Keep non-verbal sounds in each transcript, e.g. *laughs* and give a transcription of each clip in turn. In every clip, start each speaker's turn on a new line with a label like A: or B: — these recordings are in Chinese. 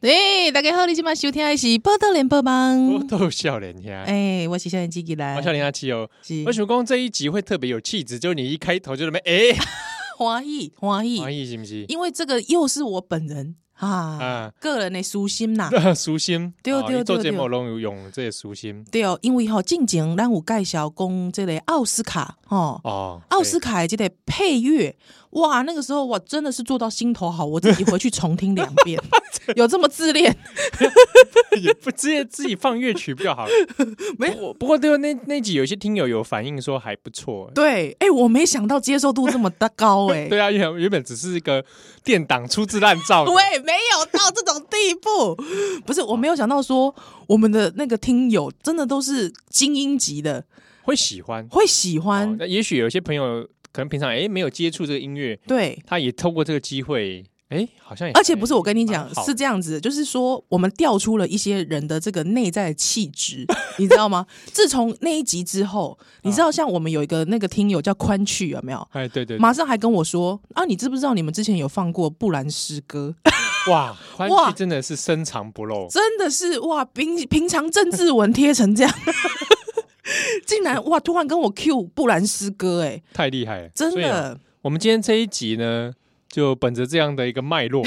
A: 对，哎大家好，你今晚收听的是《报道联播
B: *laughs* 我
A: 网》。
B: 都笑脸呀，
A: 哎，嗯我是小眼机器来，
B: 我笑脸阿七哦。
A: 是
B: 为什么光这一集会特别有气质？就是你一开头就那么
A: *laughs*
B: 哎，
A: 欢喜欢喜，
B: 欢喜是不是？ *laughs*
A: 因为这个又是我本人啊
B: 啊，
A: 个人的舒心
B: *laughs*
A: 呐。
B: 舒心，
A: 对
B: 哦
A: 对
B: 你做
A: 对
B: 节
A: 对
B: 目拢有用这个舒心
A: 对哦，因为吼，近前咱有介绍讲这个奥斯卡吼。
B: 哦。
A: 奥斯
B: 对
A: 卡的这个配乐，哇，那个时候我真的是做到心头好，我自己回去重听两遍，有这么自恋？
B: *laughs* 也不直接自己放乐曲比较好。 *laughs*
A: 没
B: 不过，不过对那那集有些听友有反映说还不错。
A: 对，哎、我没想到接受度这么的高、哎，
B: *laughs* 对啊，原原本只是一个电档粗制滥造的，
A: 对，没有到这种地步。 *laughs* 不是，我没有想到说我们的那个听友真的都是精英级的，
B: 会喜欢。
A: 会喜欢。
B: 哦那也许有些朋友可能平常哎没有接触这个音乐，
A: 对，
B: 他也透过这个机会，哎，好像也
A: 而且不是我跟你讲
B: 蛮，好的
A: 是这样子，就是说我们调出了一些人的这个内在的气
B: *laughs*
A: 质，你知道吗？自从那一集之后，
B: 嗯
A: 你知道像我们有一个那个听友叫宽去有没有？
B: 哎，对对，对
A: 马上还跟我说啊，你知不知道你们之前有放过布兰诗歌？
B: 哇，欢
A: 哇
B: 喜真的是深藏不露，
A: 真的是哇，平平常政治文贴成这样， *laughs* 竟然哇，突然跟我 Q 布兰诗歌、哎，
B: 太厉害了，
A: 真
B: 所以啊。
A: 的
B: 我们今天这一集呢，就本着这样的一个脉络，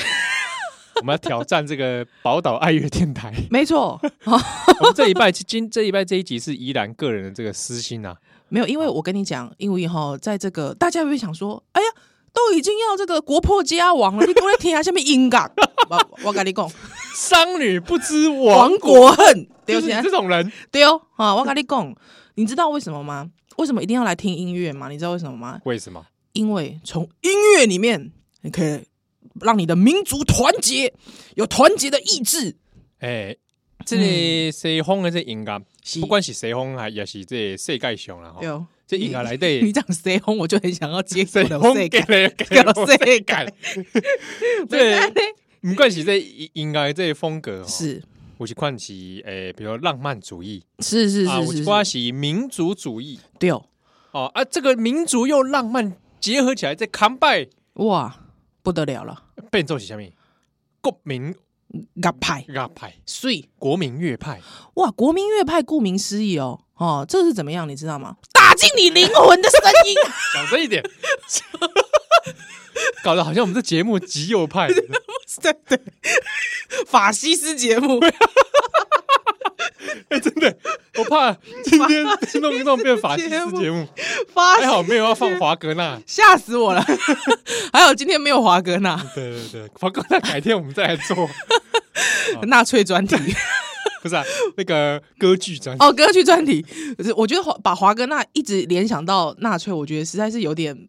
B: *laughs* 我们要挑战这个宝岛爱乐电台。 *laughs*
A: 没错，
B: 我们这礼拜今这礼拜这一集是依然个人的这个私心啊，
A: 没有，因为我跟你讲，因为哈，在这个大家会不会想说，哎呀，都已经要这个国破家亡了，你都在听啊下下面音乐， *laughs* 我我跟你讲，
B: 商女不知亡
A: 亡，国恨，对
B: 就
A: 不啊
B: 是
A: 对
B: 你？这种人，
A: 对哦，啊，我跟你讲，你知道为什么吗？为什么一定要来听音乐吗？你知道为什么吗？
B: *laughs* 为什么？
A: 因为从音乐里面，你可以让你的民族团结，有团结的意志。
B: 哎、这个西方的这音乐，
A: 是
B: 不管是西方还也是这个世界上啦，
A: 对
B: 吼，
A: 哦，
B: 这音乐来对
A: *laughs* 你。讲谁红，我就很想要接受
B: 西
A: 的
B: 方
A: 世
B: 给
A: 界。
B: 了
A: 给
B: 给
A: 了
B: 了
A: 世界
B: *laughs* 世界，对，不管是这音音乐的这个风格，吼
A: 是
B: 有一款是诶、比如浪漫主义
A: 是是
B: 啊，
A: 是
B: 有
A: 是
B: 一
A: 是，
B: 款是民族主义
A: 对哦，
B: 哦啊，这个民族又浪漫结合起来，这康拜
A: 哇，不得了了，
B: 变奏是啥物？国民
A: 乐派
B: 乐派，
A: 水
B: 国民乐派，
A: 哇，国民乐派顾名思义哦，哦，这是怎么样？你知道吗？打进你灵魂的声音，
B: 小声一点，搞得好像我们这节目极右
A: *laughs*
B: 派，
A: 对对，法西斯节目，
B: 哎真的，我怕今天弄一弄变法西
A: *laughs*
B: 斯节目，
A: 法
B: 还好没有要放华格纳，
A: 吓死我了！ *laughs* 还好今天没有华哥纳
B: 对对对，华格纳改天我们再来做，
A: 纳粹专题
B: 不是啊，那个歌剧专
A: *laughs*
B: 辑
A: 哦，歌剧专题。可是我觉得华把华哥纳一直联想到纳粹，我觉得实在是有点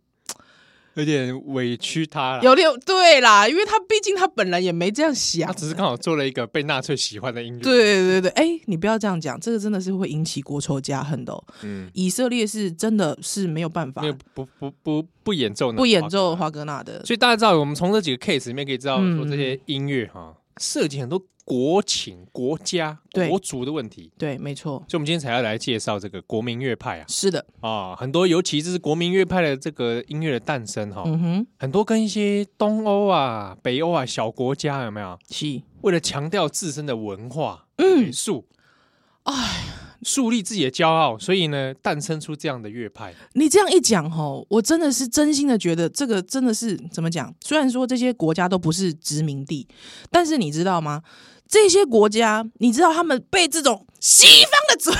B: 有点委屈他了。
A: 有点对啦，因为他毕竟他本人也没这样想
B: 他。只是刚好做了一个被纳粹喜欢的音乐。，
A: 对对对，哎，你不要这样讲，这个真的是会引起国仇家恨的哦、
B: 嗯，
A: 以色列是真的是没有办法
B: 没有不不不不演奏呢，
A: 不演奏
B: 华格
A: 华格纳的
B: 纳。，所以大家知道，我们从这几个 case 里面可以知道，
A: 嗯
B: 说这些音乐哈，涉及很多国情、国家、
A: 对
B: 国族的问题。
A: 对，没错，
B: 所以，我们今天才要来介绍这个国民乐派啊
A: 是的，
B: 啊，很多尤其是国民乐派的这个音乐的诞生哈，
A: 嗯哼，
B: 很多跟一些东欧啊、北欧啊小国家有没有？
A: 是，
B: 为了强调自身的文化美
A: 嗯，
B: 术，哎，树立自己的骄傲，所以呢，诞生出这样的乐派。
A: 你这样一讲吼，我真的是真心的觉得这个真的是怎么讲？虽然说这些国家都不是殖民地，但是你知道吗？这些国家，你知道他们被这种西方的
B: *laughs*
A: 主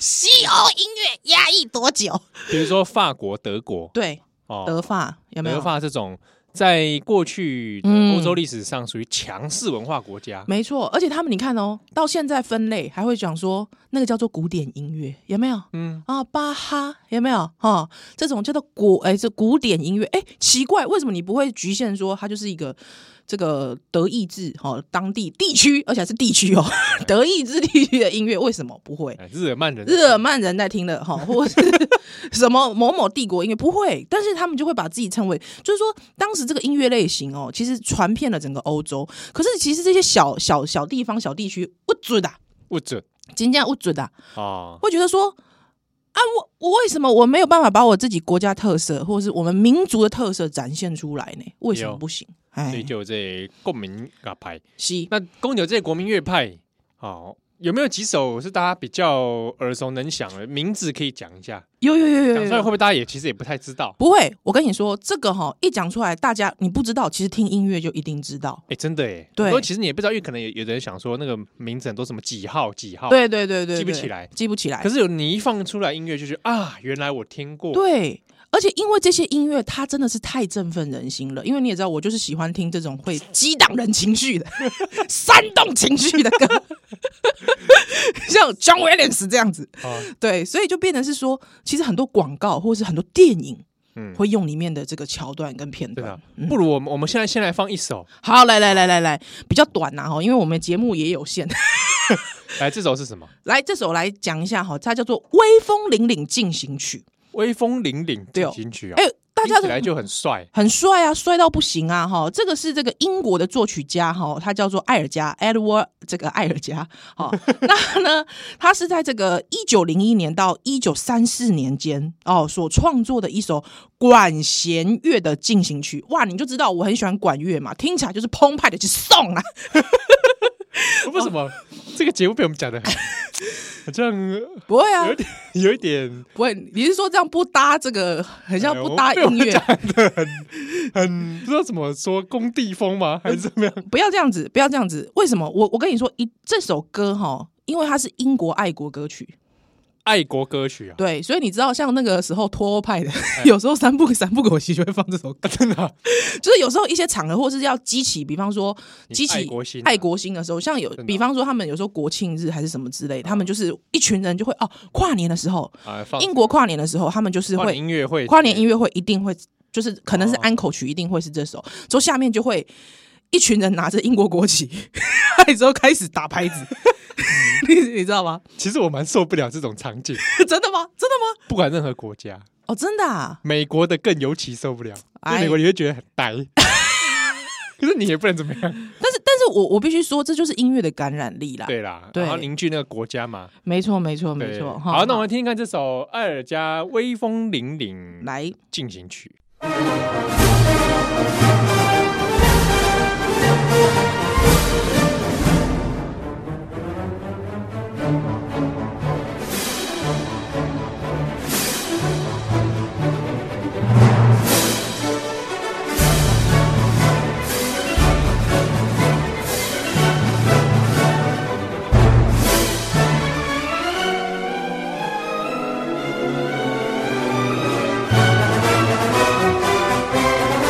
A: 西欧音乐压抑多久？
B: 比如说法国、德国，
A: 对，
B: 哦，
A: 德法有没有？
B: 德法这种在过去的
A: 嗯
B: 欧洲历史上属于强势文化国家，
A: 没错，而且他们你看哦，到现在分类还会讲说那个叫做古典音乐，有没有？
B: 嗯，
A: 啊，巴哈有没有？哈、这种叫做古哎，这古典音乐哎，奇怪，为什么你不会局限说它就是一个这个德意志哈、哦、当地地区，而且还是地区哦， *laughs* 德意志地区的音乐为什么不会？
B: 哎日耳曼人，
A: 日耳曼人在听的哈，或者是什么某某帝国音乐不会，但是他们就会把自己称为，就是说当时这个音乐类型哦，其实传遍了整个欧洲。可是其实这些小小小地方、小地区不准的、啊，
B: 不准
A: 真正不准的、啊，
B: 哦，
A: 会觉得说啊，我我为什么我没有办法把我自己国家特色或者是我们民族的特色展现出来呢？为什么
B: 有
A: 不行？哎
B: 所以就有这共鸣啊派。
A: 是
B: 那公牛这国民乐派，好、有没有几首是大家比较耳熟能详的名字可以讲一下？
A: 有有有有
B: 讲出来会
A: 有
B: 不。会大家也其实也不太知道？
A: 不会，我跟你说，这个哈、一讲出来，大家你不知道，其实听音乐就一定知道。
B: 哎、真的哎，
A: 对
B: 很多其实你也不知道，因为可能有有的人想说那个名字很多什么几号几号，，
A: 对对对对，
B: 记不
A: 对
B: 起来
A: 记不起来
B: 可。是有你一放出来音乐，就是啊，原来我听过，
A: 对，而且因为这些音乐，它真的是太振奋人心了。因为你也知道，我就是喜欢听这种会激荡人情绪的、 *laughs* 煽动情绪的歌， *laughs* 像 John Williams 这样子。
B: 啊，
A: 对，所以就变成是说，其实很多广告或是很多电影
B: 嗯，
A: 会用里面的这个桥段跟片
B: 对啊
A: 段。
B: 的。不如我们我们现在先来放一首，
A: 好，来来来来来，比较短呐、哈，因为我们节目也有限。 *laughs*
B: 来这首是什么？
A: 来，这首来讲一下哈，它叫做《威风凛凛进行曲
B: 威风凛凛
A: 对
B: 进
A: 哦
B: 行曲》。啊
A: 哎，，大家
B: 听
A: 都
B: 起来就很帅，
A: 很帅啊，帅到不行啊！哈，这个是这个英国的作曲家哈，他叫做艾尔加 （Edward） 这个艾尔加。好， *laughs* 那呢，他是在这个一九零一年到一九三四年间哦所创作的一首管弦乐的进行曲。哇，你就知道我很喜欢管乐嘛，听起来就是澎湃的去送啊！ *laughs* 哦
B: 为什么这个节目被我们讲的好像
A: 不会啊
B: 有，点有
A: *laughs*
B: 一点
A: 不会，你是说这样不搭这个，很像
B: 哎
A: 不搭
B: 我被我
A: 音
B: 们
A: 乐？
B: 讲的很很不知道怎么说工地风吗？还是怎么样？
A: 不要这样子，不要这样子。为什么？我我跟你说，一这首歌哈，因为它是英国爱国歌曲。
B: 爱国歌曲啊，
A: 对，所以你知道，像那个时候脱欧派的，
B: 哎
A: *laughs* 有时候三不三不狗席就会放这首歌，
B: *laughs* 真的啊
A: 就是有时候一些场合或是要激起，比方说
B: 你
A: 激起
B: 爱国心啊
A: 爱国心的时候，像有
B: 真的啊嗯
A: 比方说他们有时候国庆日还是什么之类，他们就是一群人就会哦，跨年的时候，
B: 啊，放
A: 英国跨年的时候，他们就是
B: 跨年
A: 会
B: 音乐会，
A: 跨年音乐会一定会，就是可能是
B: 哦
A: 安口曲一定会是这首，之后下面就会一群人拿着英国国旗， *laughs* 嗨之后开始打
B: *laughs*
A: 拍子， *laughs* 你你知道吗？ *laughs*
B: 其实我蛮受不了这种场景， *laughs*
A: 真的吗？真的吗？
B: 不管任何国家，
A: 哦，真的啊！
B: 美国的更尤其受不了，因为
A: 哎
B: 美国你会觉得很
A: *laughs*
B: 呆，可是你也不能怎么样，
A: 但是，但是我我必须说，这就是音乐的感染力啦。
B: 对啦，
A: 对
B: 然后凝聚那个国家嘛，
A: 没错，没错，
B: 对
A: 没错。哈
B: 好，那我们听听看这首艾尔加《威风凛凛》
A: 来，
B: 进行曲。
C: Thank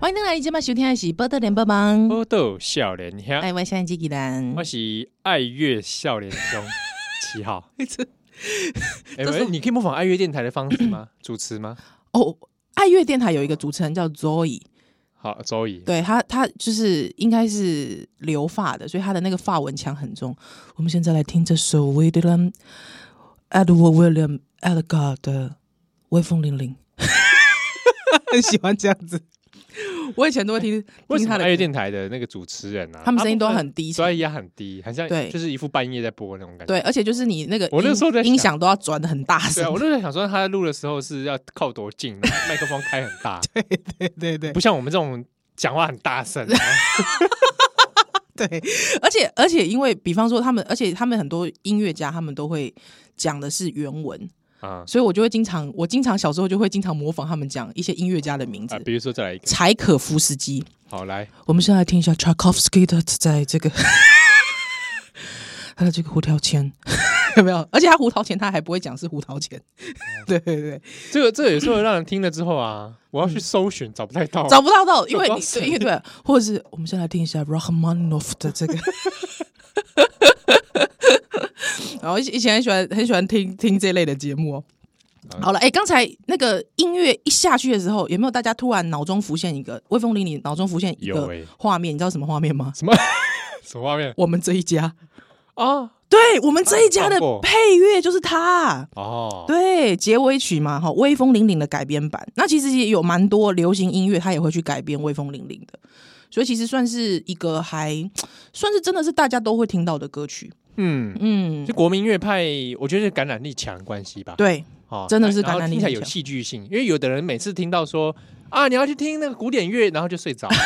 A: 欢迎来今晚收听的是《波特连帮忙》，
B: 波豆笑脸兄，
A: 哎，我是基吉兰
B: 我，是爱乐笑脸兄
A: *laughs*
B: 七号。哎、
A: 这是
B: 喂你可以模仿爱乐电台的方式吗？主持吗？
A: 哦，爱乐电台有一个主持人叫 Zoe，
B: 好，周怡。
A: 对他，他就是应该是留发的，所以他的那个发文腔很重。我们现在来听这首 William Edward William Elgar 的《微风凛
B: *laughs*
A: 凛》，很喜欢这样子。我以前都会听
B: 为
A: 听
B: 什么
A: 他的
B: 爱乐
A: 歌，
B: 电台的那个主持人啊，
A: 他们声音都
B: 大部
A: 很低沉
B: 分所以也很低，很像
A: 对
B: 就是一副半夜在播那种感觉。
A: 对，而且就是你那个
B: 我那
A: 音
B: 时候在想
A: 音响都要转的很大
B: 对啊，
A: 声
B: 我，就在想说他在录的时候是要靠多
A: *laughs*
B: 近，然后麦克风开很大，
A: 对对对
B: 不像我们这种讲话很大声。
A: 对，而且而且因为比方说他们，而且他们很多音乐家他们都会讲的是原文， *laughs*
B: 啊
A: 所以我就会经常我经常小时候就会经常模仿他们讲一些音乐家的名字
B: 啊，，比如说再来一个，
A: 柴可夫斯基。
B: 好来，
A: 我们先来听一下 Tchaikovsky 的在这个他的这个胡桃钳 *laughs* 有没有？而且他胡桃钳他还不会讲是胡桃钳， *laughs* 对对对，
B: 这个这个有时候让人听了之后啊，我要去搜寻找不太到，
A: 找不到到，因为
B: 找
A: 你
B: 不到谁
A: 对因为对，或者是我们先来听一下 Rachmaninoff 的这
B: *laughs*
A: 个。然后以以前很喜欢很喜欢听听这类的节目哦。
B: 嗯
A: 好了，哎、刚才那个音乐一下去的时候，有没有大家突然脑中浮现一个威风凛凛，脑中浮现一
B: 有
A: 个
B: 欸
A: 画面？你知道什么画面吗？
B: 什么什么画面
A: 我们这一家。
B: 啊？
A: 对我们这一家的
B: 啊看过
A: 配乐就是啊它，
B: 哦，
A: 对结尾曲嘛，哈，威风凛凛的改编版。那其实也有蛮多流行音乐，它也会去改编威风凛凛的，所以其实算是一个还算是真的是大家都会听到的歌曲。
B: 嗯，
A: 嗯
B: 就，国民乐派，我觉得是感染力强的关系吧。
A: 对，
B: 哦
A: 真的是
B: 然后
A: 感染力
B: 听起来
A: 很
B: 有
A: 强
B: 戏剧性，因为有的人每次听到说啊，你要去听那个古典乐，然后就睡着了。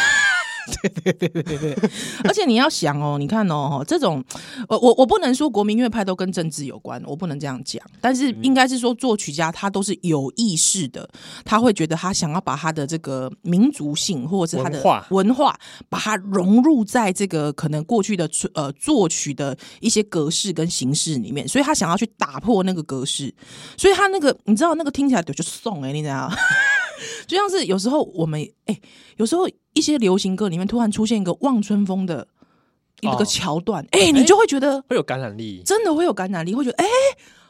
A: 而且你要想哦，你看哦，这种我我我不能说国民乐派都跟政治有关，我不能这样讲，但是
B: 嗯
A: 应该是说作曲家他都是有意识的，他会觉得他想要把他的这个民族性或者是他的
B: 文化
A: 文化，把它融入在这个可能过去的呃作曲的一些格式跟形式里面，所以他想要去打破那个格式，所以他那个你知道那个听起来就就送哎、欸，你知道。就像是有时候我们哎、有时候一些流行歌里面突然出现一个望春风的一
B: 哦
A: 个桥段，哎、你就会觉得
B: 会有感染力，
A: 真的会有感染力，会觉得哎、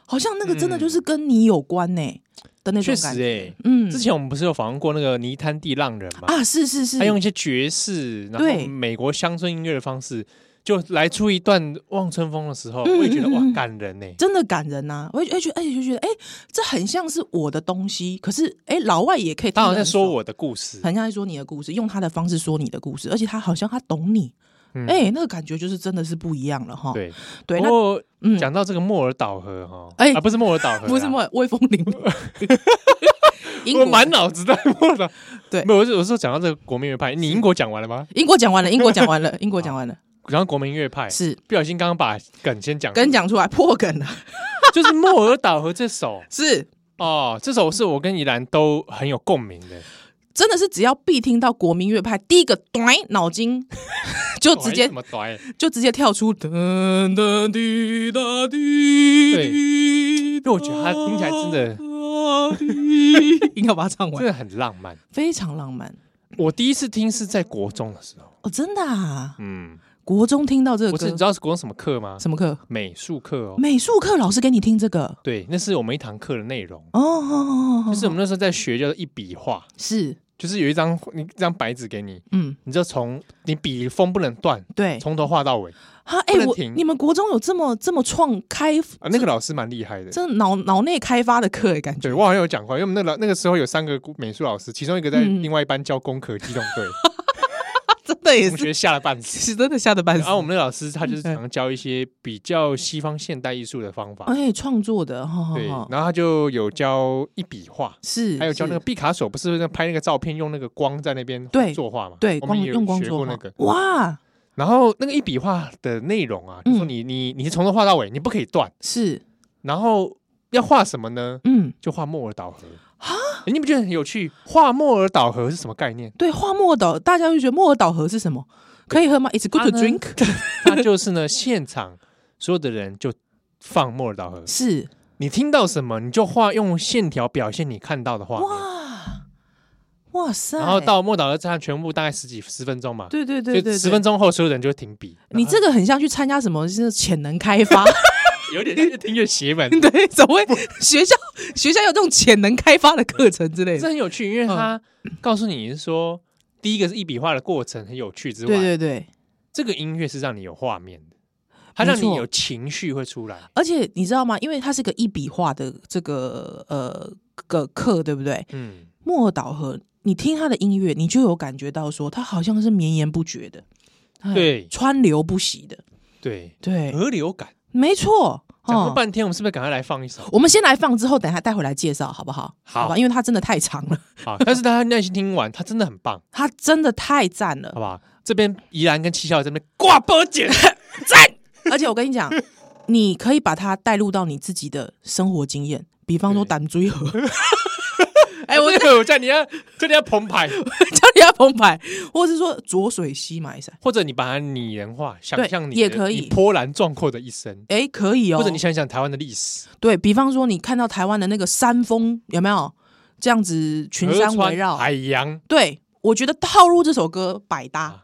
A: 好像那个真的就是跟你有关呢、的那
B: 确
A: 种
B: 实
A: 感
B: 哎、
A: 觉。嗯
B: 之前我们不是有访问过那个泥滩地浪人嘛？
A: 啊，是是是
B: 他，用一些爵士，然后
A: 对
B: 美国乡村音乐的方式，就来出一段《望春风》的时候，
A: 嗯
B: 我也觉得
A: 嗯
B: 哇
A: 嗯，
B: 感人欸呢。
A: 真的感人呐、我会觉得，而且就觉得，哎、这很像是我的东西，可是哎、老外也可以听
B: 他
A: 得
B: 好
A: 很
B: 像
A: 爽，
B: 在说我的故事，
A: 很像在说你的故事，用他的方式说你的故事，而且他好像他懂你，哎、
B: 嗯
A: 那个感觉就是真的是不一样了哈。
B: 对。
A: 哦对，
B: 不
A: 那
B: 过
A: 嗯，
B: 讲到这个莫尔岛河哈，
A: 哎
B: 啊，不是莫尔岛河，
A: *laughs* 不是，莫威风凛凛，
B: *laughs*
A: 英
B: 我
A: 国
B: 满脑子在莫尔岛。
A: *laughs* 对
B: 没有，我是我是讲到这个国民乐派，你英国讲完了吗？
A: 英国讲完了，英国讲完
B: *laughs*
A: 了，英国讲完了，
B: 然后国民乐派，
A: 是
B: 不小心刚刚把梗先讲，
A: 跟你讲出来 *laughs* 破梗了，
B: 就是莫尔岛河这首
A: 是
B: *laughs* 哦，这首是我跟怡兰都很有共鸣的。
A: 真的是只要必听到国民乐派，第一个短脑筋 *laughs* 就 *laughs* 直接
B: 怎么短？欸
A: *laughs* 就直接跳出噔噔滴答滴，
B: 对
A: 因
B: 为我觉得它听起来真的
A: 的应该把它唱
B: 真 *laughs*
A: 完，
B: 的很浪漫。
A: 非常浪漫
B: 我第一次听是在国中的时候，
A: 哦，真的啊！
B: 嗯，
A: 国中听到这个
B: 我是你
A: 歌
B: 知，道是国中什么课吗？
A: 什么课？
B: 美术课哦，
A: 美术课老师给你听这个
B: 对，那是我们一堂课的内容，
A: 哦哦，哦哦
B: 就是我们那时候在学叫做一笔画，
A: 是
B: 就是有一张你一张白纸给你，
A: 嗯，
B: 你就从你笔锋不能断，
A: 对，
B: 从头画到尾
A: 哈，哎、
B: 不能
A: 我
B: 停
A: 你们国中有这么这么创开，
B: 啊。那个老师蛮厉害的，
A: 这脑脑内开发的课、欸，感觉
B: 对我好像有讲过，因为我们那老那个时候有三个美术老师，其中一个在
A: 嗯
B: 另外一班教工科机动队，
A: 真的 *laughs* 也
B: 同学吓了半死。
A: 是嗯真的吓得半
B: 然后我们的老师他就是常教一些比较西方现代艺术的方法，
A: 哎，创、作的，哈哈
B: 对，
A: 哈，
B: 然后他就有教一笔画，
A: 哦是
B: 还有教那个
A: 是
B: 毕卡索，不是在拍那个照片，用那个光在那边
A: 对
B: 作画嘛？
A: 对
B: 我们
A: 光
B: 也有
A: 用光
B: 学
A: 做
B: 过
A: 画
B: 那个。
A: 哇，
B: 然后那个一笔画的内容啊，就说
A: 嗯
B: 你你你是从头画到尾，你不可以断。
A: 是
B: 然后要画什么呢？
A: 嗯，？
B: 就画莫尔岛河诶你不觉得很有趣？画莫尔岛河是什么概念
A: 对，画莫尔岛，大家会觉得莫尔岛河是什么？可以喝吗？It's good to
B: 它呢
A: drink，
B: *laughs* 它就是呢，现场所有的人就放莫尔岛河，
A: 是
B: 你听到什么你就画，用线条表现你看到的画面。
A: 哇，哇塞！
B: 然后到莫岛的站全部大概十几十分钟嘛，
A: 对对对对，
B: 就十分
A: 钟，
B: 钟后所有人就会停笔。
A: 你这个很像去参加什么是潜能开发，
B: *laughs* 有点越听越邪门，
A: *laughs* 对，怎么会学校学校有这种潜能开发的课程之类
B: 这
A: 的？
B: 很有趣，因为它告诉你是说，第一个是一笔画的过程很有趣之外，
A: 对对对，
B: 这个音乐是让你有画面的，它让
A: 没
B: 你
A: 错
B: 有情绪会出来。
A: 而且你知道吗？因为它是个一笔画的这个呃个课，对不对？
B: 嗯，
A: 莫尔岛河，你听他的音乐，你就有感觉到说，他好像是绵延不绝的，哎嗯
B: 对
A: 川流不息的，
B: 对，
A: 对，
B: 河流感。
A: 没错。
B: 讲了
A: 哦
B: 半天，我们是不是赶快来放
A: *laughs*
B: 一首？
A: 我们先来放，之后等一下带回来介绍，好不好？
B: 好
A: 吧，因为它真的太长了，
B: 好，但是大家耐心听完，它真的很棒，
A: 它真的太赞
B: 好
A: 了，
B: 不好？这边宜兰跟七校这边
A: *laughs*
B: 挂波姐，
A: 赞！而且我跟你讲，你可以把它带入到你自己的生活经验，比方说
B: 对
A: 胆追
B: *laughs*
A: 河。哎，我 *laughs*
B: 我叫你要叫你要澎湃，
A: 教你要澎湃，或者是说浊水溪买伞，
B: 或者你把它拟人化，想象你的
A: 也可以
B: 你波澜壮阔的一生，
A: 哎，可以哦。
B: 或者你想想台湾的历史，
A: 对比方说，你看到台湾的那个山峰有没有这样子群山
B: 河川
A: 围绕？*laughs*
B: 海洋，
A: 对，我觉得套入这首歌百搭，
B: 啊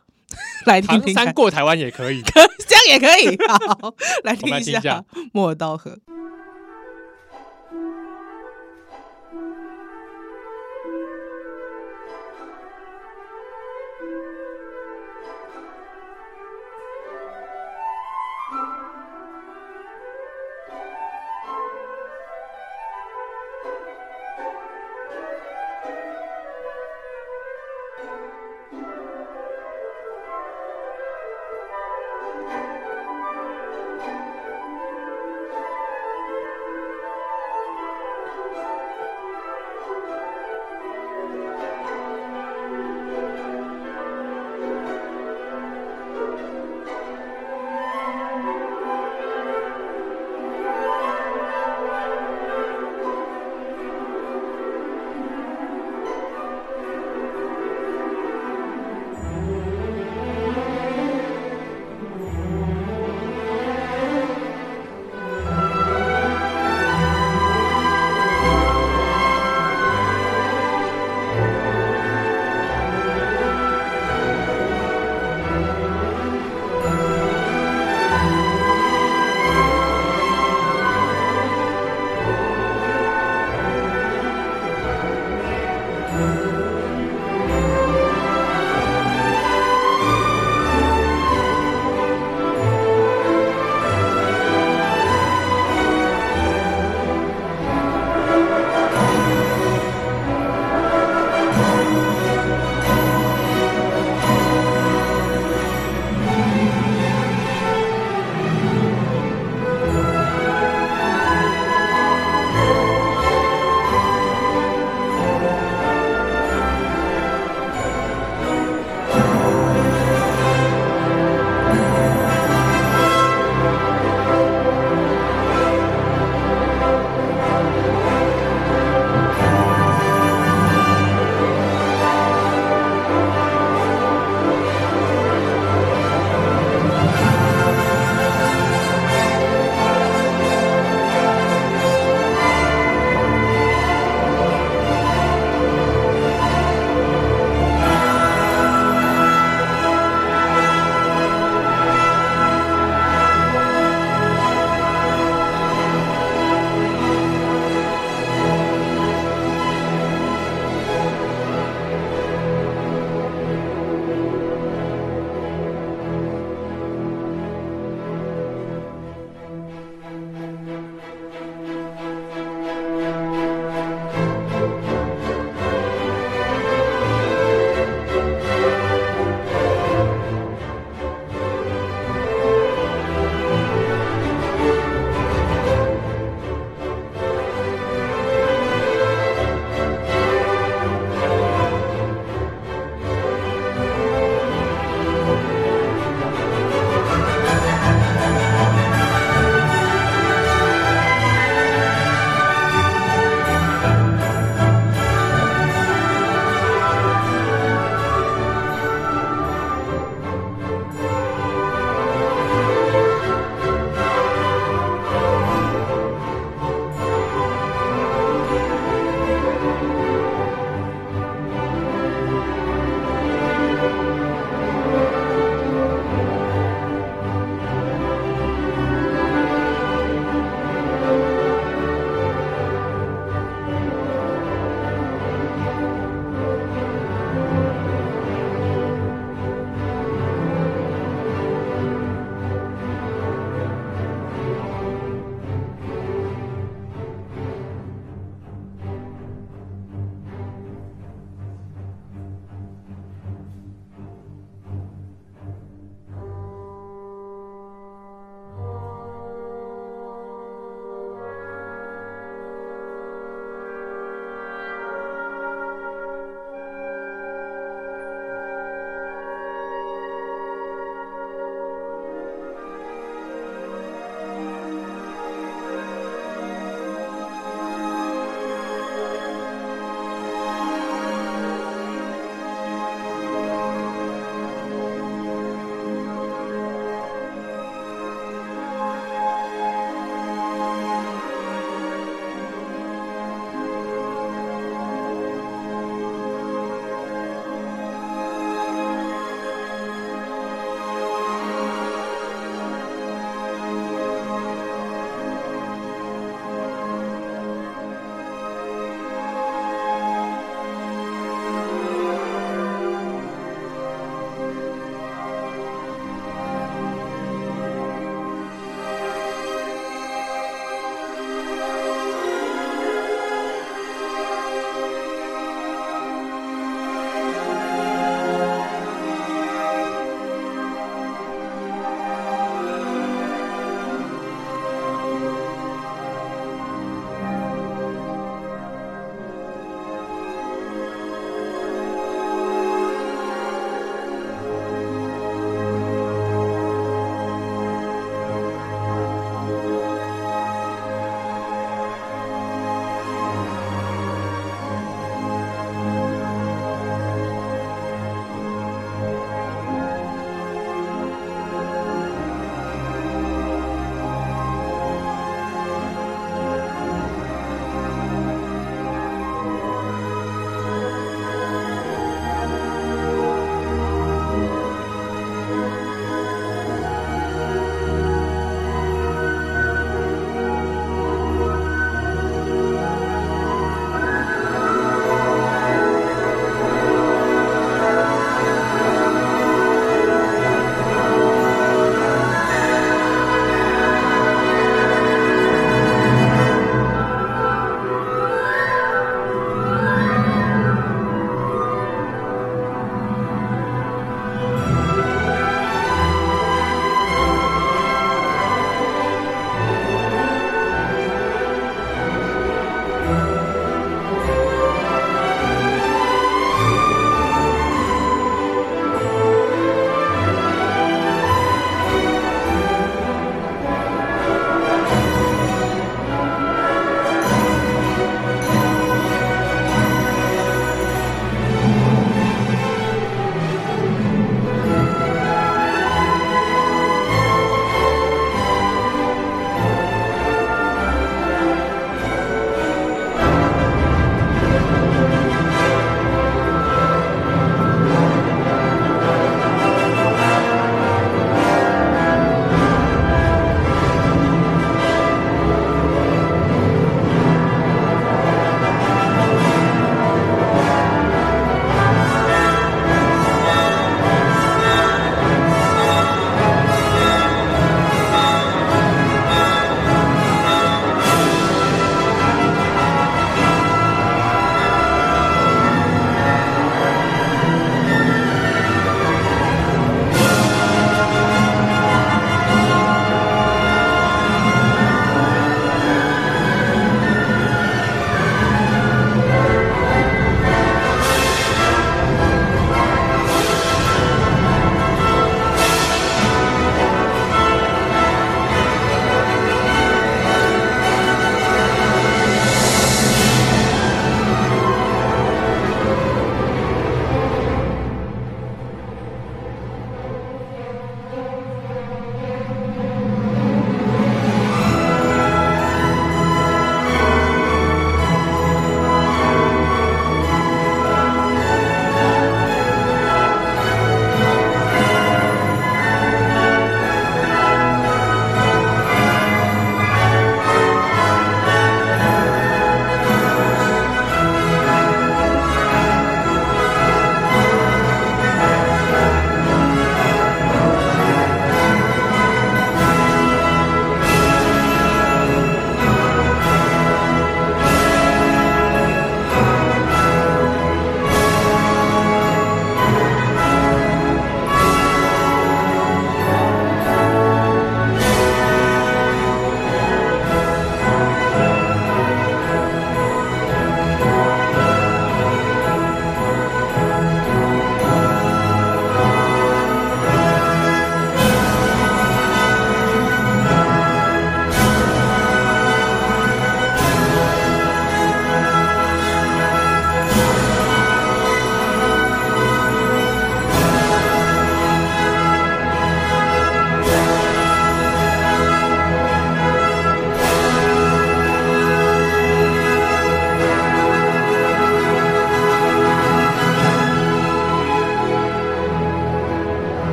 A: 来听
B: 唐
A: 听
B: 山
A: 看，
B: 过台湾也可以。
A: *laughs* 这样也可以。好，来
B: 我们
A: 听
B: 来
A: 一
B: 听一
A: 下
B: 下
A: 《莫尔道河》。
C: 啊。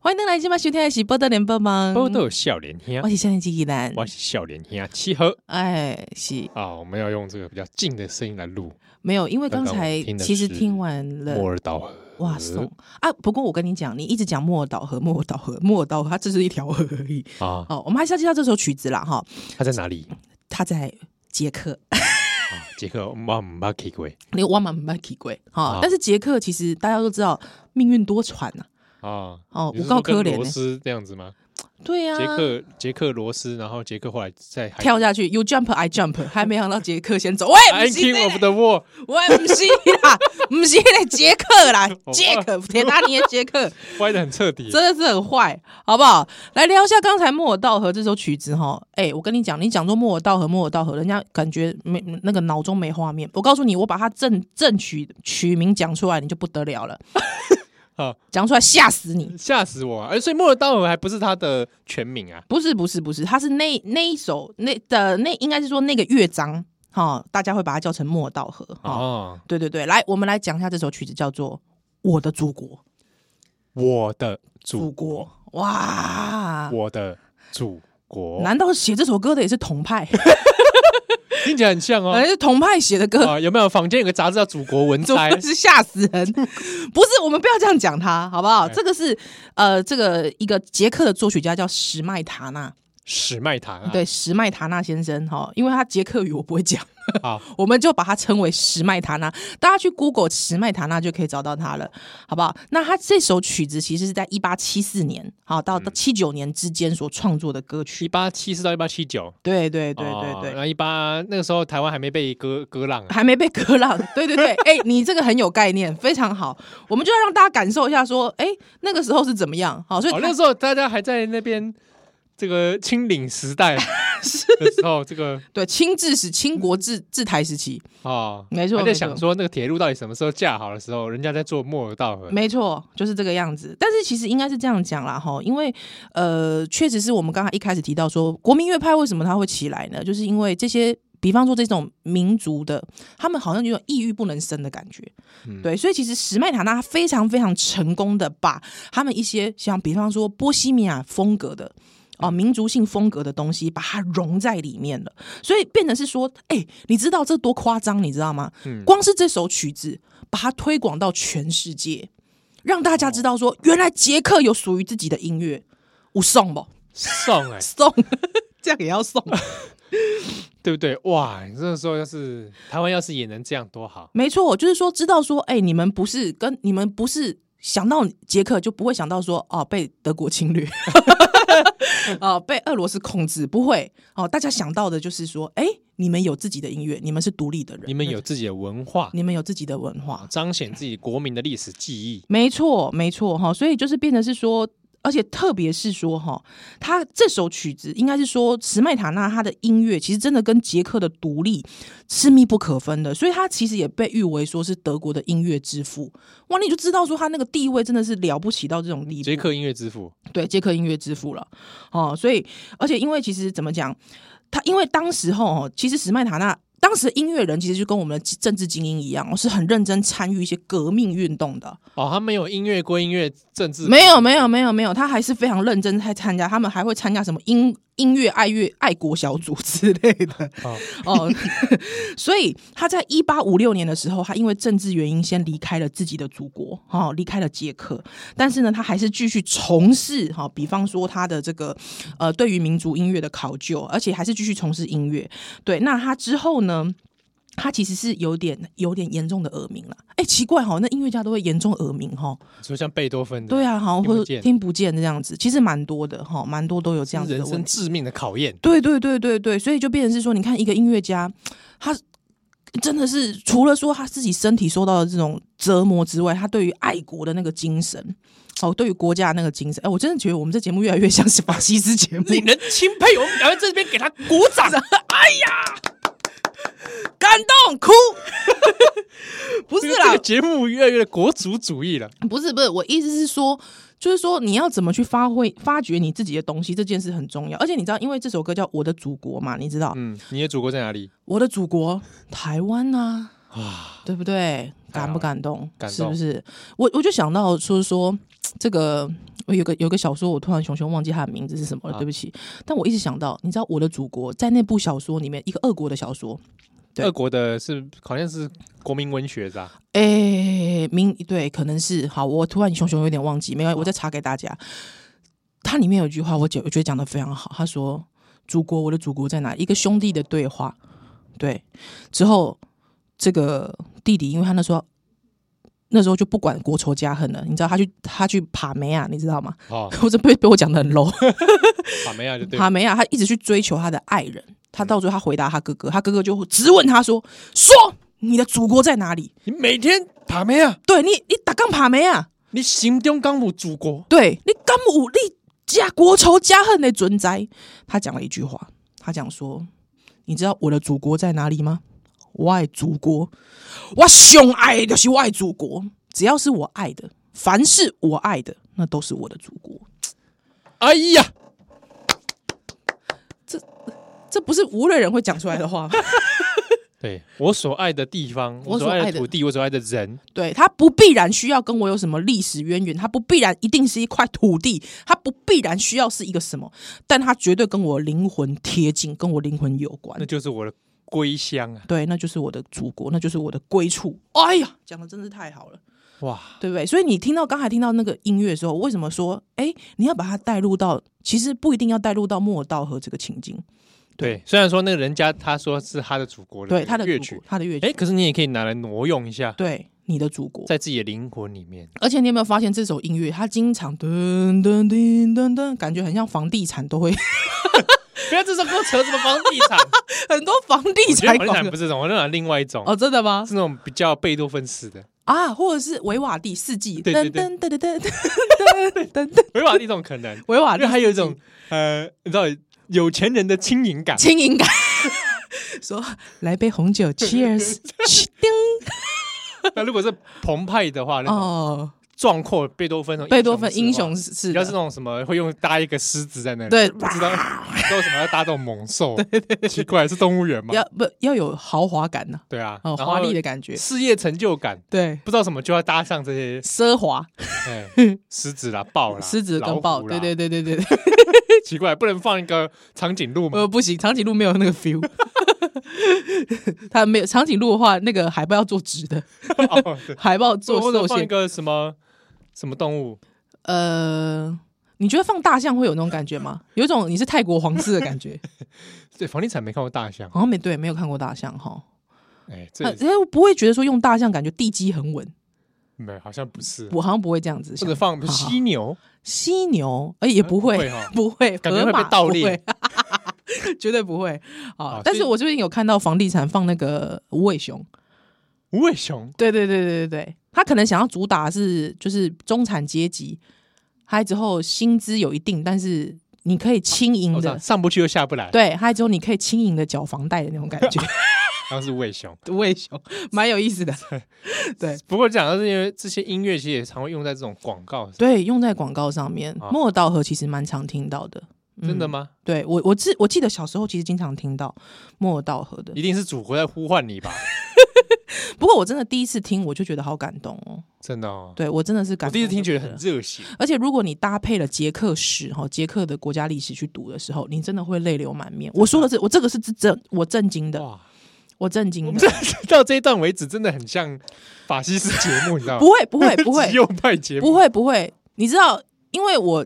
A: 欢迎登来今晚收听的是《波多连帮忙》，
B: 都都有笑脸兄
A: 我，是少年机器人，
B: 我是笑脸兄，七和
A: 哎，是
B: 啊，我们要用这个比较近的声音来录
A: 没有，因为
B: 刚
A: 刚
B: 刚我
A: 才
B: 听的
A: 其实
B: 是
A: 听完了
B: 莫尔岛河，
A: 哇塞啊！不过我跟你讲，你一直讲莫尔岛河，莫尔岛河，莫尔岛河，它只是一条河而已。
B: 啊，
A: 哦，我们还是要介绍这首曲子啦，哈，
B: 他在哪里？
A: 它在捷克，
B: 啊，杰克，我们我们去过
A: 你万万不要提过哈
B: 啊。
A: 但是捷克其实大家都知道命运多舛呐、
B: 啊。
A: 哦，
B: 你
A: 五
B: 是说
A: 告科
B: 跟
A: 联
B: 罗
A: 呢、
B: 斯这样子吗？
A: 对啊呀、
B: 杰克杰克罗斯，然后杰克后来在海
A: 跳下去，You jump, I jump，还没想到捷克先走，喂，
B: I'm
A: 不是
B: king
A: 这
B: of the world，
A: 喂，不是啦，不是那捷克啦，
B: *laughs* 我
A: 捷克，铁达尼的捷克。
B: 歪的很
A: *laughs*
B: 彻底。
A: 真的是很坏，好不好？来聊一下刚才《莫尔道河》这首曲子哈。哎、我跟你讲，你讲说《莫尔道河》，《莫尔道河》，人家感觉没那个脑中没画面。我告诉你，我把它正正曲曲名讲出来，你就不得了了。
B: 好，
A: 讲出来吓死你！
B: 吓死我啊！哎，所以莫尔道尔还不是他的全名啊？
A: 不是不是不是，它是那那一首那的那应该是说那个乐章哈，大家会把它叫成《莫尔道河》哈。
B: 哦，
A: 对对对，来，我们来讲一下这首曲子，叫做《我的祖国》。
B: 我的
A: 祖
B: 祖
A: 国
B: 国，，
A: 哇！
B: 我的祖国，
A: 难道写这首歌的也是同派？
B: 听起来很像哦
A: 哎、。是同派写的歌， *laughs*
B: 啊，有没有坊间有个杂志叫《祖国文
A: 真 *laughs*
B: 摘
A: 的》？是吓死人！不是，我们不要这样讲他，好不好？
B: 哎
A: 这个是呃，这个一个捷克的作曲家叫史麦塔纳，
B: 史麦塔啊，
A: 对，史麦塔纳先生哈，因为他捷克语我不会讲，
B: 好，
A: *laughs* 我们就把他称为史麦塔纳。大家去 Google 史麦塔纳就可以找到他了，好不好？那他这首曲子其实是在一八七四年好到
B: 嗯
A: 到七九年之间所创作的歌
B: 一
A: 曲。
B: 八七四到一八七九，
A: 对对对对
B: 哦
A: 对，
B: 那一八那个时候台湾还没被割割
A: *laughs*
B: 让啊，
A: 还没被割让，对对对，哎、你这个很有概念，非常好。我们就要让大家感受一下，说，哎、那个时候是怎么样？好，所以
B: 哦，
A: 他
B: 那时候大家还在那边这个清领
A: *laughs*
B: 时代的时候，这个
A: 对清治时、清国治治台时期，
B: 啊，
A: 没错
B: 还在
A: 没
B: 想
A: 错
B: 说那个铁路到底什么时候架好的时候，人家在做莫尔道河，
A: 没错，就是这个样子。但是其实应该是这样讲啦，哈，因为呃，确实是我们刚才一开始提到说，国民乐派为什么它会起来呢？就是因为这些。比方说这种民族的，他们好像有种抑郁不能生的感觉，
B: 嗯
A: 对，所以其实史麦塔纳他非常非常成功的把他们一些像比方说波西米亚风格的哦、民族性风格的东西，把它融在里面了，所以变成是说，哎、你知道这多夸张，你知道吗？
B: 嗯
A: 光是这首曲子，把它推广到全世界，让大家知道说，原来捷克有属于自己的音乐。我送不
B: 送哎，
A: 送， *laughs* 这样也要送？
B: 对不对？哇，你这时候要是台湾要是也能这样多好，
A: 没错，就是说知道说，哎、你们不是跟你们不是想到捷克就不会想到说，哦，被德国侵 *laughs* 略，哦，被俄罗斯控制，不会哦。大家想到的就是说，哎、你们有自己的音乐，你们是独立的人，
B: 你们有自己的文化，
A: 你们有自己的文化，
B: 彰显自己国民的历史记忆，
A: 没错，没错哈，所以就是变得是说，而且特别是说哈，他这首曲子应该是说史麦塔纳他的音乐其实真的跟捷克的独立是密不可分的，所以他其实也被誉为说是德国的音乐之父。哇，你就知道说他那个地位真的是了不起到这种地步，
B: 捷克音乐之父，
A: 对捷克音乐之父了哦，所以而且因为其实怎么讲，他因为当时候哦，其实史麦塔纳。当时的音乐人其实就跟我们的政治精英一样，哦是很认真参与一些革命运动的。
B: 哦，他没有音乐归音乐，政治
A: 没有没有没有没有，他还是非常认真在参加，他们还会参加什么音音乐爱乐爱国小组之类的
B: 哦
A: 哦。所以他在一八五六年的时候，他因为政治原因先离开了自己的祖国，哦，离开了捷克，但是呢，他还是继续从事哈、哦，比方说他的这个呃对于民族音乐的考究，而且还是继续从事音乐。对，那他之后呢？他其实是有点有点严重的耳鸣了，哎，奇怪哈、哦，那音乐家都会严重耳鸣哈、哦，
B: 就像贝多芬的，
A: 对啊，好像
B: 听不
A: 或者
B: 见
A: 听不见这样子，其实蛮多的哈，蛮多都有这样子
B: 人
A: 的问
B: 生
A: 题。
B: 致命的考验。
A: 对对对对对，所以就变成是说，你看一个音乐家，他真的是除了说他自己身体受到的这种折磨之外，他对于爱国的那个精神，哦，对于国家的那个精神，哎，我真的觉得我们这节目越来越像是法西斯节目。
B: 你能钦佩我们台湾这边
A: *laughs*
B: 给他鼓掌，
A: 哎感动
B: *laughs*
A: 哭，不是
B: 这个这
A: 啦
B: 个，节目越来越国族主义了。
A: 不是不是，我意思是说，就是说你要怎么去发挥、发掘你自己的东西，这件事很重要。而且你知道，因为这首
B: 嗯
A: 歌叫《我的祖国》嘛，你知道，
B: 嗯，你的祖国在哪里？
A: 我的祖国台湾啊，
B: 啊，
A: 对不对？
B: 太好
A: 感不
B: 了
A: 感动？
B: 感
A: 是不
B: 动
A: 是？我我就想到说说这个，我有个有个小说，我突然熊熊忘记它的名字是什么了，
B: 啊
A: 对不起。但我一直想到，你知道《我的祖国》在那部小说里面，一个俄国的小说，对
B: 俄国的是好像是国民文学是吧？
A: 哎，名对，可能是好。我突然熊熊有点忘记，没关系，我再查给大家。它里面有一句话，我觉我觉得讲的非常好。他说：“祖国，我的祖国在哪？”一个兄弟的对话。对，之后这个弟弟，因为他那时候那时候就不管国仇家恨了，你知道，他去他去帕梅亚，你知道吗？ *laughs*
B: 哦，
A: 我这被被我讲的很 low。
B: 卡梅亚就对了，
A: 帕梅亚啊他一直去追求他的爱人，他到最后他回答他哥哥，他哥哥就直问他说：“说你的祖国在哪里？
B: 你每天卡梅亚，
A: 对你，你打杠帕梅啊亚。”
B: 你心中刚有祖国，
A: 对你敢有你家国仇家恨的存在？他讲了一句话，他讲说：“你知道我的祖国在哪里吗？我爱祖国，我熊爱的就是我爱祖国。只要是我爱的，凡是我爱的，那都是我的祖国。
B: 哎呀，
A: 这不是无论人会讲出来的话吗？
B: 对我所爱的地方，
A: 我
B: 我
A: 所
B: 所爱
A: 爱的
B: 的土地，我所爱的人，
A: 对，它不必然需要跟我有什么历史渊源，它不必然一定是一块土地，它不必然需要是一个什么，但它绝对跟我灵魂贴近，跟我灵魂有关
B: 那。就是我的归乡啊！
A: 对，那就是我的祖国，那就是我的归处。哎呀，讲的真是太好了，
B: 哇，
A: 对不对？所以你听到刚才听到那个音乐的时候，为什么说，哎，你要把它带入到，其实不一定要带入到莫道和这个情境，
B: 对，虽然说那个人家他说是他的祖国的
A: 对他的
B: 乐
A: 祖
B: 曲
A: 国，他的乐曲，
B: 哎，可是你也可以拿来挪用一下，
A: 对你的祖国。
B: 在自己的灵魂里面，
A: 而且你有没有发现这首音乐，它经常噔噔噔噔噔，感觉很像房地产都会 *laughs*
B: 不要这首歌扯什么房地产，
A: 很多房地
B: 我觉
A: 产
B: 得房地产
A: 广
B: 不
A: 告
B: 是这种，我就拿另外一种，
A: 哦，真的吗？
B: 是那种比较贝多芬
A: *laughs*
B: 式的，
A: 啊，或者是维瓦第四季，
B: 对
A: 噔
B: 对
A: 噔噔噔噔噔噔噔，
B: 没法那种可能，
A: 维瓦
B: 因
A: 第
B: 为还有一种呃，你知道有钱人的轻
A: *laughs*
B: 盈感，
A: 轻
B: *laughs*
A: 盈感，说来杯红酒
B: *laughs*
A: ，Cheers，嘘叮
B: 那如果是澎湃的话，那种
A: 哦，
B: 壮阔贝多芬那种
A: 贝多芬英
B: 式的话
A: 雄是
B: 比较是
A: 的，
B: 那种什么会用搭一个狮子在那里，
A: 对
B: 不知道不知道为什么要搭这种
A: *laughs*
B: 猛兽，奇怪是动物园吗？
A: 要不要有豪华感呢？
B: 对啊，
A: 哦，
B: 然
A: 华
B: 后
A: 丽的感觉，
B: 事业成就感，
A: 对，
B: 不知道什么就要搭上这些， *laughs*
A: 奢华，
B: 哎，狮子啦、豹
A: *laughs*
B: 啦、
A: 狮子
B: 啊老
A: 跟豹，
B: 虎
A: 对
B: 啦
A: 对，对对对 *laughs* 对，
B: 奇怪，不能放一个长颈鹿吗？
A: 呃，不行，长颈鹿没有那个 feel，它没有长颈鹿的话，那个海报要做直的，
B: *laughs* 哦对
A: 海报做受
B: 或者放一
A: 限，
B: 个什么什么动物？
A: 呃。你觉得放大象会有那种感觉吗？有一种你是泰国皇室的感觉，
B: 对，房地产没看过大象，
A: 好像没对，没有看过大象哈。
B: 哎，这
A: 呃，哎我不会觉得说用大象感觉地基很稳，
B: 没好像不是，
A: 我好像不会这样子
B: 或
A: 想
B: 者。放
A: 好好
B: 犀牛，
A: 犀牛，哎、也不会，
B: 不会哈
A: *laughs* 不会，
B: 感觉会被
A: 河马
B: 盗猎
A: 不会， *laughs* 绝对不会啊
B: 好！
A: 但是
B: 所以
A: 我最近有看到房地产放那个无尾熊，
B: 无尾熊，
A: 对对对对对对，他可能想要主打是就是中产阶级，还之后薪资有一定，但是你可以轻盈
B: 我知
A: 的，
B: 道哦上不去又下不来，
A: 嗯对，还之后你可以轻盈的缴房贷的那种感觉， *laughs*
B: 然后是无尾熊。
A: 无尾熊蛮有意思的，
B: 不过讲到这些这些音乐，其实也常会用在这种广告，
A: 对，用在广告上面
B: 啊，
A: 莫道河其实蛮常听到的，嗯
B: 真的吗？
A: 对我，我记我记得小时候其实经常听到莫道河的
B: 一，定是祖国在呼唤你吧？
A: 不过我真的第一次听，我就觉得好感动哦。
B: *laughs* 真的哦，
A: 对我真的是感
B: 我
A: 动，
B: 第一次听觉得很。热血，
A: 而且如果你搭配了捷克史哈，捷克的国家历史去读的时候，你真的会泪流满面。我说的是，我这个是真，我震惊的，
B: 哇！
A: 我震惊
B: 哦我们
A: 的
B: 这， *laughs* 到这一段为止，真的很像法西斯节目，你知道吗
A: 不？会，
B: *laughs*
A: 不会，不会
B: 极，右派节目，
A: 不会，不会。你知道，因为我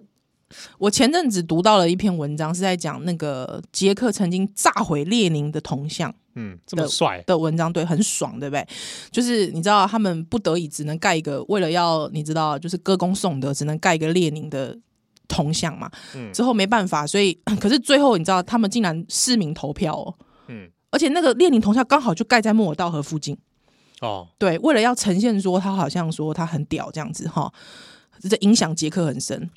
A: 我前阵子读到了一篇文章，是在讲那个捷克曾经炸毁列宁的铜像。
B: 嗯，这么帅，
A: 的文章，对，很爽，对不对？就是你知道，他们不得已只能盖一个，为了要你知道，就是歌功颂德，只能盖一个列宁的铜像嘛。
B: 嗯
A: 之后没办法，所以 *coughs* 可是最后你知道，他们竟然市民投票哦，
B: 嗯，
A: 而且那个列宁铜像刚好就盖在莫尔道河附近。
B: 哦，
A: 对，为了要呈现说他好像说他很屌这样子哈，这影响捷克很深。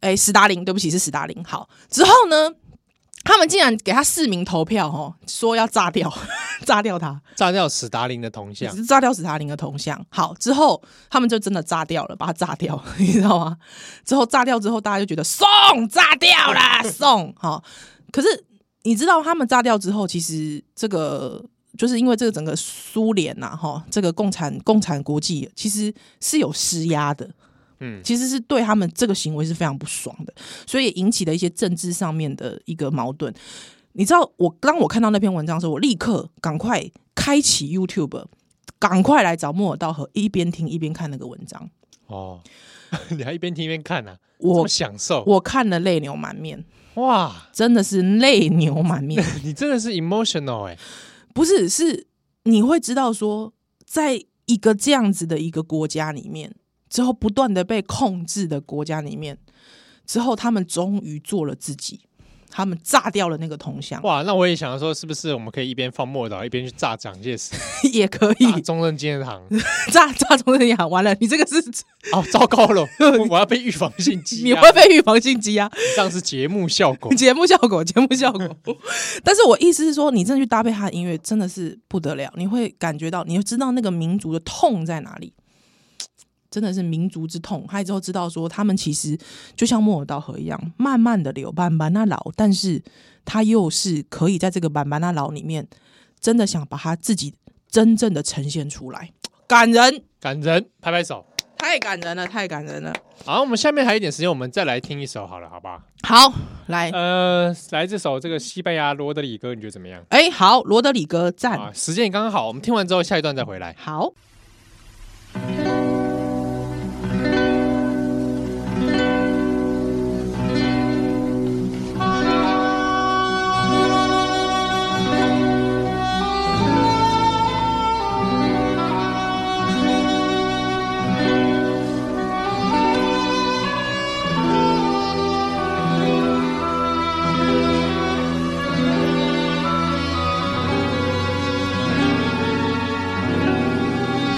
A: 哎，斯大林，对不起，是斯大林。好，之后呢，他们竟然给他市民投票哦，说要炸掉， *laughs* 炸掉他。
B: 炸掉史达林的铜像
A: 只，是炸掉史达林的铜像。好，之后他们就真的炸掉了，把它 *laughs* 炸掉，你知道吗？之后炸掉之后，大家就觉得送炸掉啦，送好。可是你知道他们炸掉之后，其实这个就是因为这个整个苏联呐，哈，这个共产共产国际其实是有施压的，
B: 嗯，
A: 其实是对他们这个行为是非常不爽的，所以也引起了一些政治上面的一个矛盾。你知道，我当我看到那篇文章的时候，我立刻赶快开启 YouTube，赶快来找莫尔道和，一边听一边看那个文章。
B: 哦， *laughs* 你还一边听一边看啊，这
A: 我
B: 么享受
A: 我看了泪流满面，
B: 哇！
A: 真的是泪流满
B: *laughs*
A: 面。
B: 你真的是 emotional 哎、
A: 不是，是你会知道说，在一个这样子的一个国家里面，之后不断的被控制的国家里面，之后他们终于做了自己，他们炸掉了那个铜像，
B: 哇！那我也想说，是不是我们可以一边放莫岛，一边去炸蒋介 *laughs* 石、
A: *laughs* 也可
B: 炸
A: 以
B: 中正纪念堂？
A: 炸炸中正讲完了，你这个是
B: 哦，糟糕 *laughs* 了，我我要被预防性击
A: 你
B: 压
A: 会，被预防性啊积压，
B: 以上是节目效果 *laughs*
A: 节目效果，节目效果。 *laughs* 但是我意思是说，你真的去搭配他的音乐，真的是不得了，你会感觉到，你会知道那个民族的痛在哪里，真的是民族之痛。还之后知道说，他们其实就像莫尔道河一样，慢慢的流，慢慢那老，但是他又是可以在这个慢慢那老里面，真的想把他自己真正的呈现出来，感人，
B: 感人，拍拍手。
A: 太感人了，太感人了。
B: 好，我们下面还有一点时间，我们再来听一首好了，好不好？
A: 好，来，
B: 呃，来这首这个西班牙罗德里歌，你觉得怎么样？
A: 哎、好，罗德里哥赞。
B: 啊，时间也刚刚好，我们听完之后下一段再回来。
A: 好，
C: Thank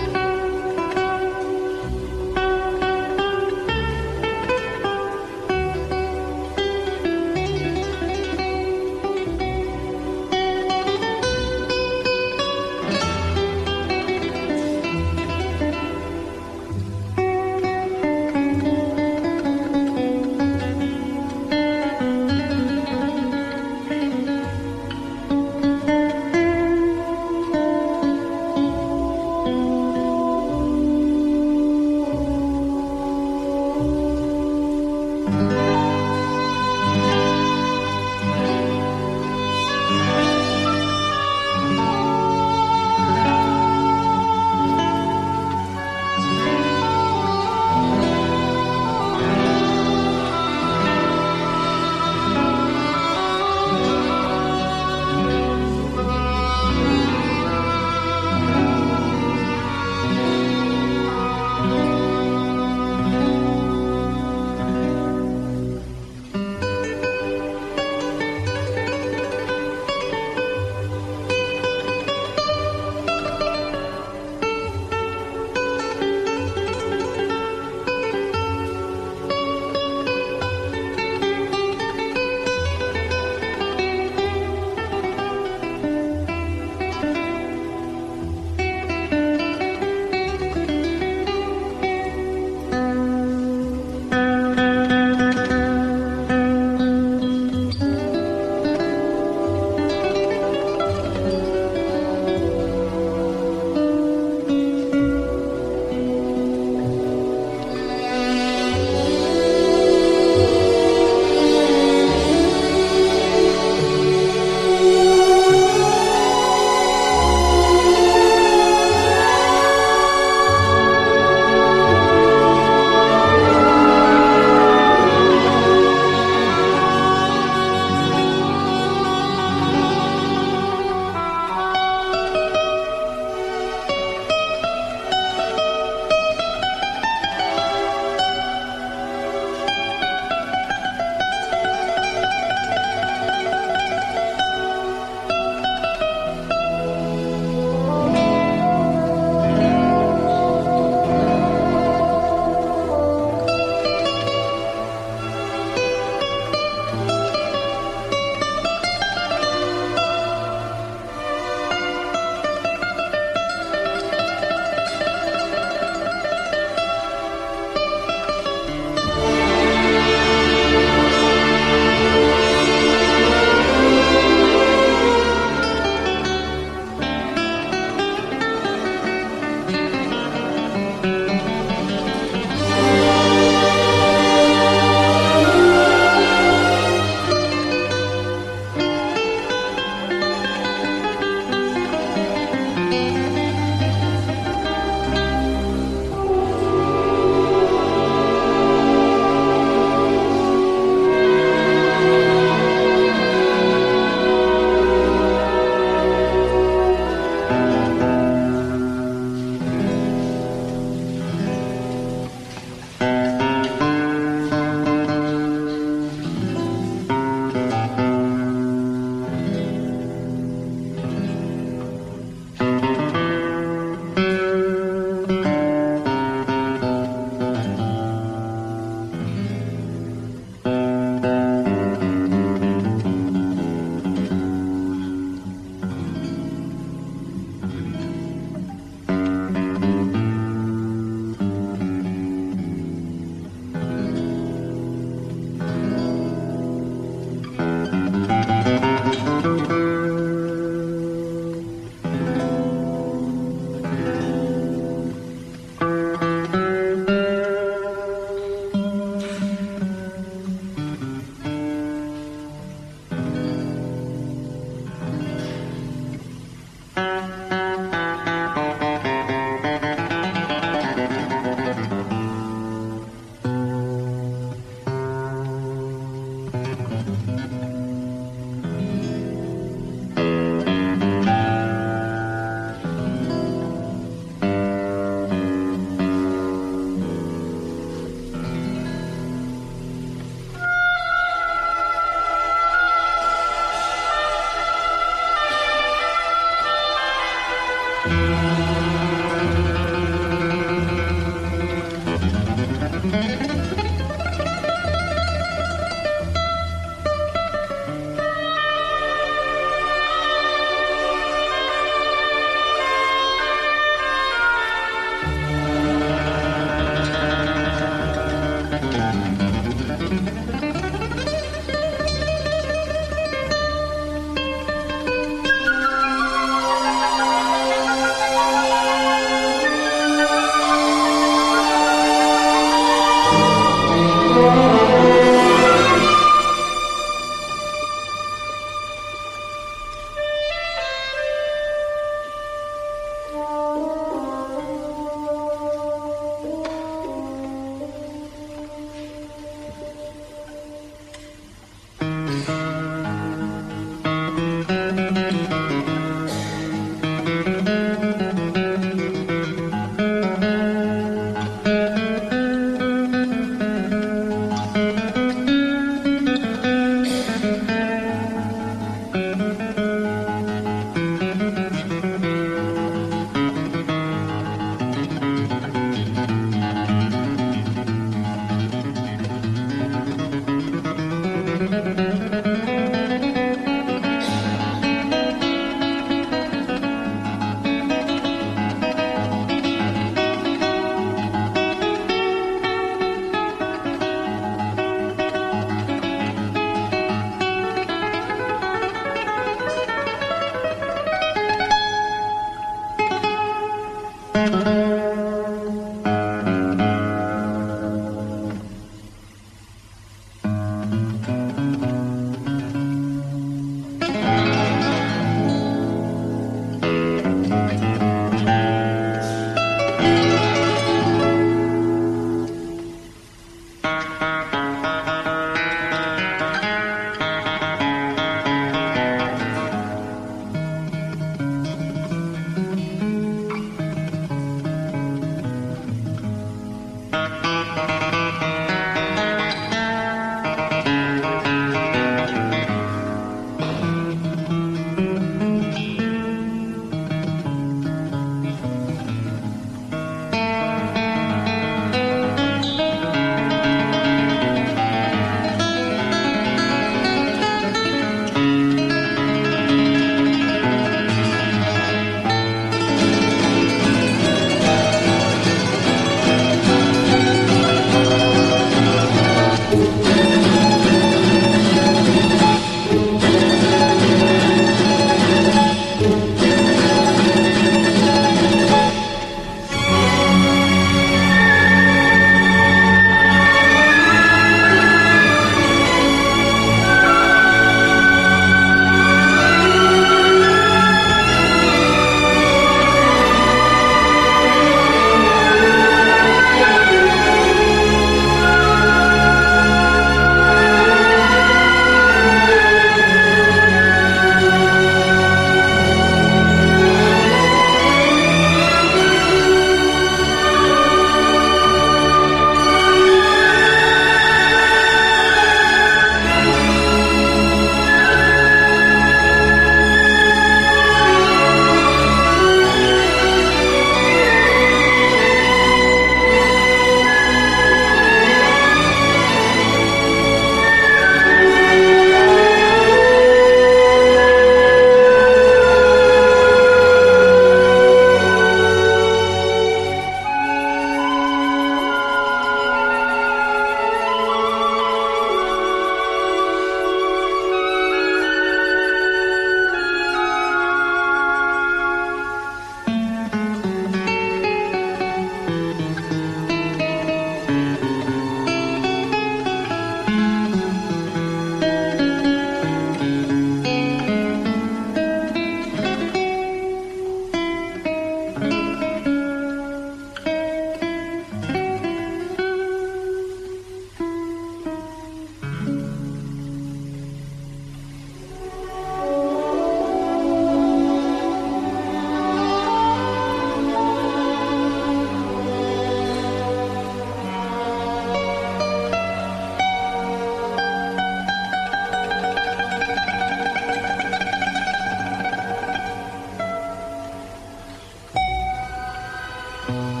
C: Thank you.